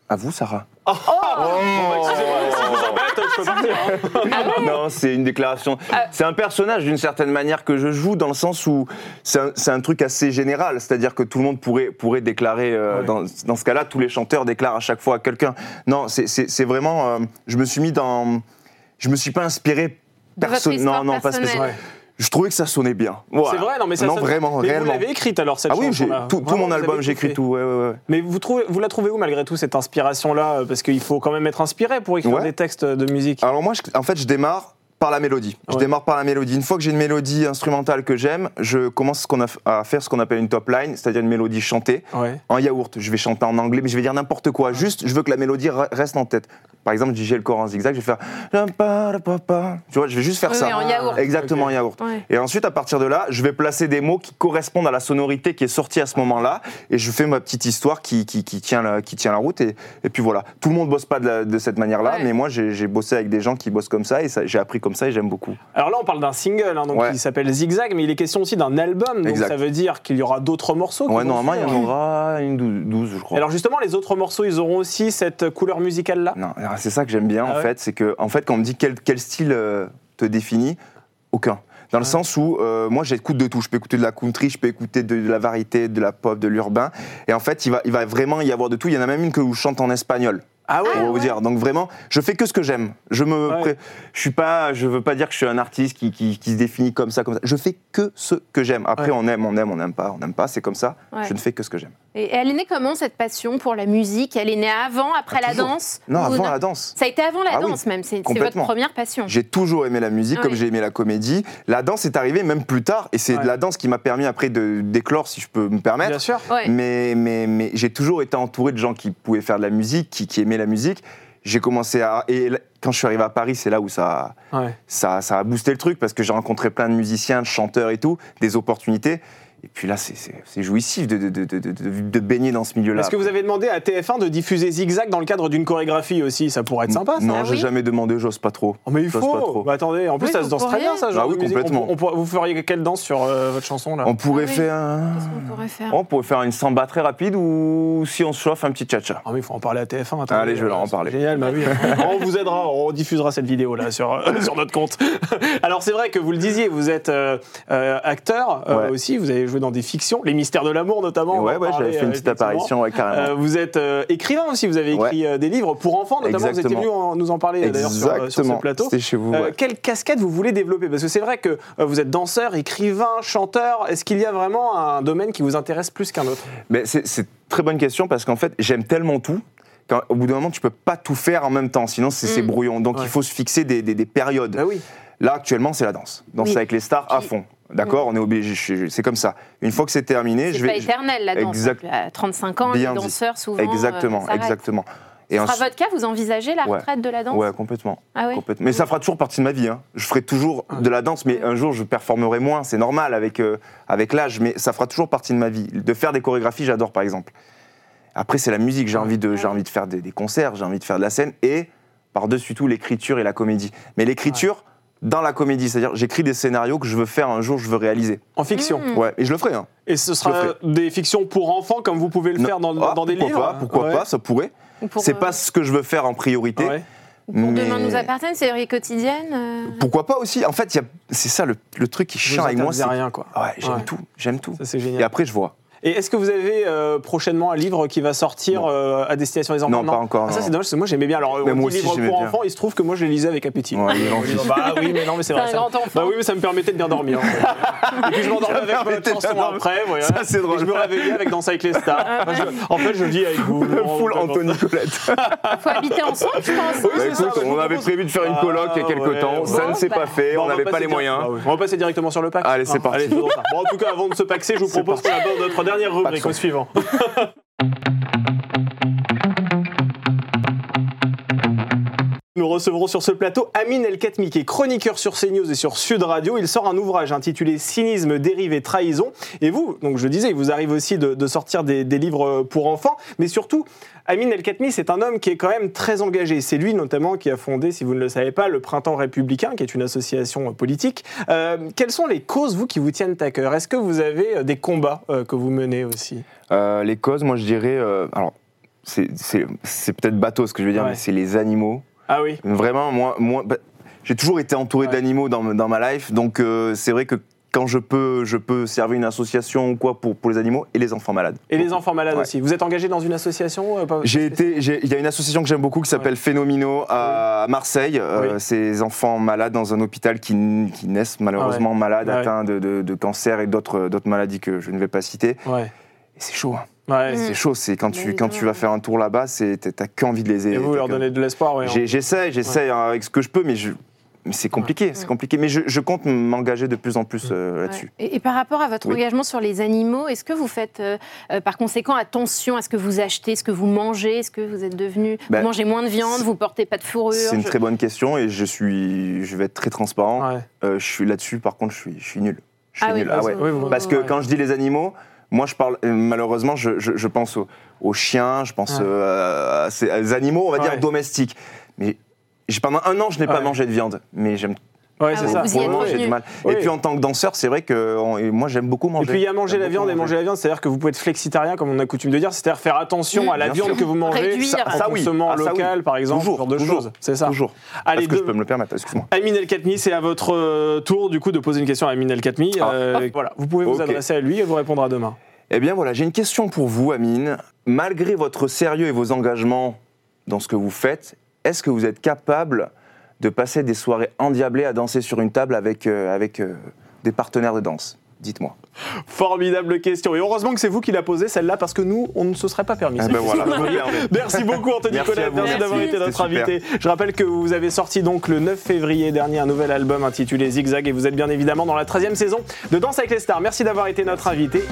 Speaker 3: À vous, Sarah.
Speaker 2: Oh.
Speaker 3: Oh,
Speaker 1: Excusez-moi, si vous embête, je peux partir. hein.
Speaker 2: Ah
Speaker 3: Non, c'est une déclaration.
Speaker 2: Euh.
Speaker 3: C'est un personnage d'une certaine manière que je joue dans le sens où c'est un, c'est un truc assez général, c'est-à-dire que tout le monde pourrait, pourrait déclarer, euh,
Speaker 1: Ouais.
Speaker 3: dans, dans ce cas-là, tous les chanteurs déclarent à chaque fois à quelqu'un. Non, c'est- c'est c'est vraiment. euh, je me suis mis dans. Je me suis pas inspiré.
Speaker 2: De votre
Speaker 3: perso-
Speaker 2: histoire
Speaker 3: non, non, pas
Speaker 2: personnelle.
Speaker 3: spécialement. Je trouvais que ça sonnait bien. Voilà.
Speaker 1: C'est vrai, non mais ça
Speaker 3: Non,
Speaker 1: sonne-
Speaker 3: vraiment,
Speaker 1: mais
Speaker 3: réellement.
Speaker 1: Vous l'avez écrite alors cette
Speaker 3: Ah oui, j'ai-
Speaker 1: chanson-là.
Speaker 3: tout, tout
Speaker 1: Vraiment,
Speaker 3: mon
Speaker 1: vous avez
Speaker 3: album, j'écrit
Speaker 1: fait.
Speaker 3: tout. Ouais, ouais, ouais.
Speaker 1: Mais vous, trouvez, vous la trouvez où malgré tout cette inspiration-là Parce qu'il faut quand même être inspiré pour écrire
Speaker 3: Ouais.
Speaker 1: des textes de musique.
Speaker 3: Alors moi, je- en fait, je démarre par la mélodie. Je
Speaker 1: Ouais.
Speaker 3: démarre par la mélodie. Une fois que j'ai une mélodie instrumentale que j'aime, je commence ce qu'on a f- à faire ce qu'on appelle une top line, c'est-à-dire une mélodie chantée
Speaker 1: Ouais.
Speaker 3: en yaourt. Je vais chanter en anglais, mais je vais dire n'importe quoi. Juste, je veux que la mélodie re- reste en tête. Par exemple, j'ai le corps en zigzag, je vais faire. Tu vois, je vais juste faire
Speaker 2: Oui,
Speaker 3: ça.
Speaker 2: oui, en yaourt.
Speaker 3: Exactement,
Speaker 1: Ok.
Speaker 3: en yaourt.
Speaker 2: Ouais.
Speaker 3: Et ensuite, à partir de là, je vais placer des mots qui correspondent à la sonorité qui est sortie à ce moment-là. Et je fais ma petite histoire qui, qui, qui tient, la, qui tient la route. Et, et puis voilà. Tout le monde bosse pas de, la- de cette manière-là,
Speaker 2: Ouais.
Speaker 3: mais moi, j'ai j'ai bossé avec des gens qui bossent comme ça. Et ça- j'ai appris comme ça et j'aime beaucoup.
Speaker 1: Alors là, on parle d'un single hein, donc,
Speaker 3: Ouais.
Speaker 1: qui s'appelle Zigzag, mais il est question aussi d'un album. Donc
Speaker 3: Exact.
Speaker 1: ça veut dire qu'il y aura d'autres morceaux. qui
Speaker 3: Ouais,
Speaker 1: vont
Speaker 3: normalement, il y
Speaker 1: suivre.
Speaker 3: en aura une dou- douze, je crois.
Speaker 1: Alors justement, les autres morceaux, ils auront aussi cette couleur musicale là.
Speaker 3: Non, alors, c'est ça que j'aime bien
Speaker 1: Ah
Speaker 3: en
Speaker 1: ouais
Speaker 3: fait, c'est que en fait quand on me dit quel, quel style euh, te définit, aucun.
Speaker 1: Ah.
Speaker 3: Dans le sens où euh, moi j'écoute de tout, je peux écouter de la country, je peux écouter de, de la variété, de la pop, de l'urbain, et en fait il va, il va vraiment y avoir de tout. Il y en a même une que où je chante en espagnol.
Speaker 1: Ah
Speaker 3: pour vous dire. Donc vraiment, je fais que ce que j'aime. Je me,
Speaker 1: Ouais.
Speaker 3: pré- je suis pas, je veux pas dire que je suis un artiste qui, qui- qui se définit comme ça, comme ça. Je fais que ce que j'aime. Après
Speaker 1: Ouais.
Speaker 3: on aime, on aime, on n'aime pas, on n'aime pas, c'est comme ça.
Speaker 2: Ouais.
Speaker 3: Je ne fais que ce que j'aime.
Speaker 2: Et elle est née comment cette passion pour la musique Elle est née avant, après
Speaker 3: Ah,
Speaker 2: la
Speaker 3: toujours.
Speaker 2: danse
Speaker 3: Non,
Speaker 2: Ou
Speaker 3: avant la danse.
Speaker 2: Ça a été avant la
Speaker 3: Ah oui,
Speaker 2: danse même, c'est c'est votre
Speaker 3: complètement.
Speaker 2: première passion.
Speaker 3: J'ai toujours aimé la musique,
Speaker 2: Ouais.
Speaker 3: comme j'ai aimé la comédie. La danse est arrivée même plus tard, et c'est
Speaker 1: Ouais.
Speaker 3: la danse qui m'a permis après de d'éclore, si je peux me permettre.
Speaker 1: Bien sûr.
Speaker 2: Ouais.
Speaker 3: Mais, mais, mais j'ai toujours été entouré de gens qui pouvaient faire de la musique, qui, qui aimaient la musique. J'ai commencé à. Et là- quand je suis arrivé à Paris, c'est là où ça,
Speaker 1: Ouais.
Speaker 3: ça, ça a boosté le truc, parce que j'ai rencontré plein de musiciens, de chanteurs et tout, des opportunités. Et puis là, c'est- c'est c'est jouissif de, de, de, de, de- de- de baigner dans ce milieu-là.
Speaker 1: Est-ce que vous avez demandé à TF1 de diffuser Zigzag dans le cadre d'une chorégraphie aussi Ça pourrait être sympa, ça.
Speaker 3: Non,
Speaker 2: Ah
Speaker 3: j'ai
Speaker 2: oui
Speaker 3: jamais demandé, j'ose pas trop.
Speaker 1: Oh, mais il
Speaker 3: J'ose pas
Speaker 1: faut
Speaker 3: trop.
Speaker 1: Bah, Attendez, en plus
Speaker 2: Oui,
Speaker 1: ça
Speaker 2: vous
Speaker 1: se danse très
Speaker 2: pourriez.
Speaker 1: bien ça, genre
Speaker 3: Ah oui,
Speaker 1: de musique. On-
Speaker 3: complètement.
Speaker 1: on pourra- vous feriez quelle danse sur euh, votre chanson là
Speaker 3: On pourrait
Speaker 2: Ah oui.
Speaker 3: faire un.
Speaker 2: Qu'est-ce qu'on pourrait faire
Speaker 3: On pourrait faire une samba très rapide ou si on se chauffe un petit cha-cha.
Speaker 1: Ah mais il faut en parler à TF1. attendez.
Speaker 3: Allez, je vais leur en
Speaker 1: C'est
Speaker 3: parler.
Speaker 1: Génial, bah oui. on vous aidera, on diffusera cette vidéo là sur, euh, sur notre compte. Alors c'est vrai que vous le disiez, vous êtes euh, euh, acteur euh,
Speaker 3: Ouais.
Speaker 1: aussi, vous avez joué dans des fictions, Les Mystères de l'amour notamment. on va
Speaker 3: ouais,
Speaker 1: en
Speaker 3: ouais,
Speaker 1: parler,
Speaker 3: j'avais fait
Speaker 1: euh,
Speaker 3: une petite
Speaker 1: effectivement.
Speaker 3: apparition, ouais, carrément.
Speaker 1: Euh, vous êtes euh, écrivain aussi, vous avez écrit euh, des livres pour enfants, notamment vous
Speaker 3: Exactement.
Speaker 1: étiez venu en- nous en parler euh, d'ailleurs sur, euh, sur ce
Speaker 3: Exactement,
Speaker 1: plateau.
Speaker 3: c'était chez vous.
Speaker 1: Euh,
Speaker 3: ouais.
Speaker 1: Quelle casquette vous voulez développer Parce que c'est vrai que euh, vous êtes danseur, écrivain, chanteur. Est-ce qu'il y a vraiment un domaine qui vous intéresse plus qu'un autre
Speaker 3: Mais c'est c'est très bonne question parce qu'en fait, j'aime tellement tout. qu'au bout d'un moment, tu peux pas tout faire en même temps, sinon c'est c'est
Speaker 2: Mm.
Speaker 3: brouillon. Donc
Speaker 1: Ouais.
Speaker 3: il faut se fixer des, des- des périodes.
Speaker 1: Bah oui.
Speaker 3: Là, actuellement, c'est la danse. Danser
Speaker 2: Oui.
Speaker 3: avec les stars à
Speaker 2: Puis- mm.
Speaker 3: fond. D'accord On est obligé, je suis- c'est comme ça. Une fois que c'est terminé,
Speaker 2: C'est
Speaker 3: je
Speaker 2: pas
Speaker 3: vais.
Speaker 2: éternel la danse.
Speaker 3: Exact-
Speaker 2: À 35 ans,
Speaker 3: Bien
Speaker 2: les
Speaker 3: dit.
Speaker 2: danseurs souvent. euh,
Speaker 3: Exactement, exactement. Et
Speaker 2: En
Speaker 3: ensuite-
Speaker 2: votre cas, vous envisagez la
Speaker 3: Ouais.
Speaker 2: retraite de la danse
Speaker 3: Ouais, complètement.
Speaker 2: Ah oui.
Speaker 3: Complètement. Mais ça fera toujours partie de ma vie. hein. Je ferai toujours
Speaker 2: Ah
Speaker 3: de la danse, mais un jour je performerai moins. C'est normal avec, euh, avec l'âge, mais ça fera toujours partie de ma vie. De faire des chorégraphies, j'adore par exemple. Après, c'est la musique. J'ai envie, de, j'ai envie de faire des, des concerts, j'ai envie de faire de la scène et par-dessus tout l'écriture et la comédie. Mais l'écriture dans la comédie, c'est-à-dire j'écris des scénarios que je veux faire un jour, je veux réaliser.
Speaker 1: En fiction.
Speaker 2: Mm.
Speaker 3: Ouais, et je le ferai. hein.
Speaker 1: Et ce sera
Speaker 3: Je le
Speaker 1: des fictions pour enfants comme vous pouvez le
Speaker 3: Non.
Speaker 1: faire dans,
Speaker 3: Ah,
Speaker 1: dans des
Speaker 3: pourquoi
Speaker 1: livres
Speaker 3: pas, Pourquoi
Speaker 1: Ouais.
Speaker 3: pas Ça pourrait.
Speaker 2: Ou pour,
Speaker 3: C'est
Speaker 2: euh,
Speaker 3: pas ce que je veux faire en priorité.
Speaker 1: Ouais.
Speaker 2: ou pour Demain
Speaker 3: mais-
Speaker 2: nous appartient, c'est série quotidienne. euh,
Speaker 3: Pourquoi pas aussi En fait, il y a- c'est ça le, le truc qui
Speaker 1: Vous
Speaker 3: chante avec moi.
Speaker 1: interdisez
Speaker 3: c'est-
Speaker 1: rien quoi.
Speaker 3: Ah Ouais, j'aime
Speaker 1: Ouais.
Speaker 3: tout, j'aime tout.
Speaker 1: Ça c'est
Speaker 3: Et
Speaker 1: génial.
Speaker 3: après, je vois.
Speaker 1: Et est-ce que vous avez euh, prochainement un livre qui va sortir
Speaker 3: Non.
Speaker 1: euh, à destination des enfants
Speaker 3: Non, pas encore,
Speaker 1: Ah, ça
Speaker 3: non.
Speaker 1: c'est dommage parce que moi j'aimais bien. Alors
Speaker 3: Mais
Speaker 1: on
Speaker 3: moi
Speaker 1: dit
Speaker 3: aussi,
Speaker 1: livre
Speaker 3: j'aimais
Speaker 1: pour
Speaker 3: bien.
Speaker 1: enfants, il se trouve que moi je les lisais avec appétit.
Speaker 3: Ouais, il est gentil.
Speaker 1: bah oui, mais non, mais c'est
Speaker 2: C'est
Speaker 1: vrai.
Speaker 2: un
Speaker 1: ça-
Speaker 2: grand enfant.
Speaker 1: Bah oui, mais ça me permettait de bien dormir. en fait. Et puis je m'endormais
Speaker 3: Ça
Speaker 1: avec votre
Speaker 3: permettait de
Speaker 1: chanson
Speaker 3: bien dormir.
Speaker 1: après. voilà.
Speaker 3: Ça, c'est drôle.
Speaker 1: Et je me réveillais avec Danse avec les stars.
Speaker 2: Ah
Speaker 1: Moi, je- en fait, je vis avec vous.
Speaker 3: Le
Speaker 1: Laurent,
Speaker 3: full
Speaker 1: vraiment.
Speaker 3: Anthony Colette.
Speaker 2: euh, Faut habiter ensemble, je pense. hein.
Speaker 1: Oui,
Speaker 3: Bah,
Speaker 1: c'est ça,
Speaker 3: écoute,
Speaker 1: bah, je vous
Speaker 3: on avait
Speaker 1: propose-
Speaker 3: prévu de faire une colloque il y a
Speaker 1: Ah,
Speaker 3: quelques
Speaker 1: ouais,
Speaker 3: temps,
Speaker 1: ouais.
Speaker 3: ça
Speaker 2: Bon,
Speaker 3: ne s'est
Speaker 2: bah.
Speaker 3: pas fait,
Speaker 1: Bon,
Speaker 3: on n'avait
Speaker 1: va
Speaker 3: pas
Speaker 1: passer
Speaker 3: les
Speaker 1: dire-
Speaker 3: moyens.
Speaker 1: Ah oui. On va passer directement sur le pack.
Speaker 3: Allez, c'est
Speaker 1: Hein,
Speaker 3: parti.
Speaker 1: faisons ça. Bon, en tout cas, avant de se paxer, je vous propose qu'on aborde notre dernière rubrique au
Speaker 3: Paxons.
Speaker 1: suivant. Nous recevrons sur ce plateau Amine El Khatmi, qui est chroniqueur sur CNews et sur Sud Radio. Il sort un ouvrage intitulé Cynisme, dérive et trahison. Et vous, donc je disais, il vous arrive aussi de, de sortir des, des livres pour enfants. Mais surtout, Amine El Khatmi, c'est un homme qui est quand même très engagé. C'est lui notamment qui a fondé, si vous ne le savez pas, le Printemps républicain, qui est une association politique. Euh, quelles sont les causes, vous, qui vous tiennent à cœur Est-ce que vous avez euh, des combats euh, que vous menez aussi
Speaker 3: Euh, les causes, moi je dirais. euh, alors, c'est- c'est c'est peut-être bateau ce que je veux dire,
Speaker 1: Ouais.
Speaker 3: mais c'est les animaux.
Speaker 1: Ah oui
Speaker 3: Vraiment, moi, moi bah, j'ai toujours été entouré
Speaker 1: Ouais.
Speaker 3: d'animaux dans, dans ma life, donc euh, c'est vrai que quand je peux, je peux servir une association ou quoi pour, pour les animaux et les enfants malades.
Speaker 1: et les enfants malades
Speaker 3: Ouais.
Speaker 1: aussi. Vous êtes engagé dans une association euh, pas-
Speaker 3: J'ai été, j'ai- il y a une association que j'aime beaucoup qui s'appelle Phénomino à Marseille. Euh,
Speaker 1: Oui.
Speaker 3: Ces enfants malades dans un hôpital qui, n- qui naissent malheureusement malades,
Speaker 1: Ah Ouais.
Speaker 3: atteints de, de- de cancer et d'autres d'autres maladies que je ne vais pas citer.
Speaker 1: Ouais.
Speaker 3: Et C'est chaud. hein.
Speaker 1: Ouais.
Speaker 2: Mm.
Speaker 3: C'est chaud. C'est quand
Speaker 2: Mais
Speaker 3: tu quand tu
Speaker 2: évidemment.
Speaker 3: vas faire un tour là-bas, c'est t'as t'as qu'envie de les aider.
Speaker 1: Et vous
Speaker 3: t'as
Speaker 1: leur
Speaker 3: que-
Speaker 1: donnez de l'espoir, ouais.
Speaker 3: J'ai- J'essaie, j'essaie hein, avec ce que je peux, mais je- Mais c'est compliqué, c'est compliqué. Mais je, je compte m'engager de plus en plus euh, là-dessus.
Speaker 2: Ouais. Et, et par rapport à votre
Speaker 3: Oui.
Speaker 2: engagement sur les animaux, est-ce que vous faites euh, euh, par conséquent attention à ce que vous achetez, ce que vous mangez Est-ce que vous êtes devenu.
Speaker 3: Ben,
Speaker 2: vous mangez moins de viande,
Speaker 3: c'est-
Speaker 2: vous portez pas de fourrure
Speaker 3: C'est une
Speaker 2: je-
Speaker 3: très bonne question et je suis, je vais être très transparent.
Speaker 1: Ouais.
Speaker 3: Euh, je suis là-dessus, par contre, je suis, je suis nul. Je suis
Speaker 2: Ah oui,
Speaker 3: nul. Ah ouais.
Speaker 1: oui, vous-
Speaker 3: Parce que
Speaker 1: ouais.
Speaker 3: quand je dis les animaux, moi, je parle euh, malheureusement, je, je- je pense aux, aux chiens, je pense
Speaker 1: Ouais.
Speaker 3: euh, à ces- à ces animaux, on va
Speaker 1: Ouais.
Speaker 3: dire domestiques. Mais j'ai- pendant un an, je n'ai pas
Speaker 1: Ouais.
Speaker 3: mangé de viande, mais j'aime.
Speaker 1: Ouais,
Speaker 2: Ah
Speaker 1: c'est
Speaker 2: oui,
Speaker 1: ça.
Speaker 2: vous y
Speaker 3: pour
Speaker 2: êtes
Speaker 3: le moment,
Speaker 2: revenu.
Speaker 3: j'ai du mal.
Speaker 1: Oui.
Speaker 3: Et puis en tant que danseur, c'est vrai que on- et moi, j'aime beaucoup
Speaker 1: Et
Speaker 3: manger.
Speaker 1: puis il y a manger
Speaker 3: J'aime
Speaker 1: la
Speaker 3: beaucoup
Speaker 1: viande et manger la viande, c'est-à-dire que vous pouvez être flexitarien comme on a coutume de dire, c'est-à-dire faire attention à la
Speaker 3: Bien
Speaker 1: viande
Speaker 3: sûr.
Speaker 1: que vous mangez,
Speaker 2: Réduire.
Speaker 1: en
Speaker 3: Ça, oui.
Speaker 1: consommant
Speaker 3: Ah, ça, oui.
Speaker 1: local par exemple,
Speaker 3: Toujours,
Speaker 1: ce genre de
Speaker 3: toujours,
Speaker 1: choses. C'est ça.
Speaker 3: Toujours.
Speaker 1: Allez,
Speaker 3: Est-ce que je
Speaker 1: deux-
Speaker 3: peux me le permettre Excuse-moi.
Speaker 1: Amine El Khatmi, c'est à votre euh, tour du coup de poser une question à Amine El Khatmi.
Speaker 3: Ah.
Speaker 1: Euh, voilà, vous pouvez vous
Speaker 3: Ok.
Speaker 1: adresser à lui et il vous répondra demain.
Speaker 3: Eh bien voilà, j'ai une question pour vous, Amine. Malgré votre sérieux et vos engagements dans ce que vous faites, est-ce que vous êtes capable de passer des soirées endiablées à danser sur une table avec, euh, avec euh, des partenaires de danse Dites-moi.
Speaker 1: Formidable question. Et heureusement que c'est vous qui l'a posée celle-là parce que nous, on ne se serait pas permis.
Speaker 3: Eh ben voilà, je me permets.
Speaker 1: Merci beaucoup Anthony
Speaker 3: Merci à
Speaker 1: Collet,
Speaker 3: vous.
Speaker 1: merci
Speaker 3: Merci.
Speaker 1: d'avoir été
Speaker 3: C'était
Speaker 1: notre
Speaker 3: super.
Speaker 1: invité. Je rappelle que vous avez sorti donc le 9 février dernier un nouvel album intitulé Zigzag et vous êtes bien évidemment dans la 13e saison de Danse avec les stars. Merci d'avoir été notre invité.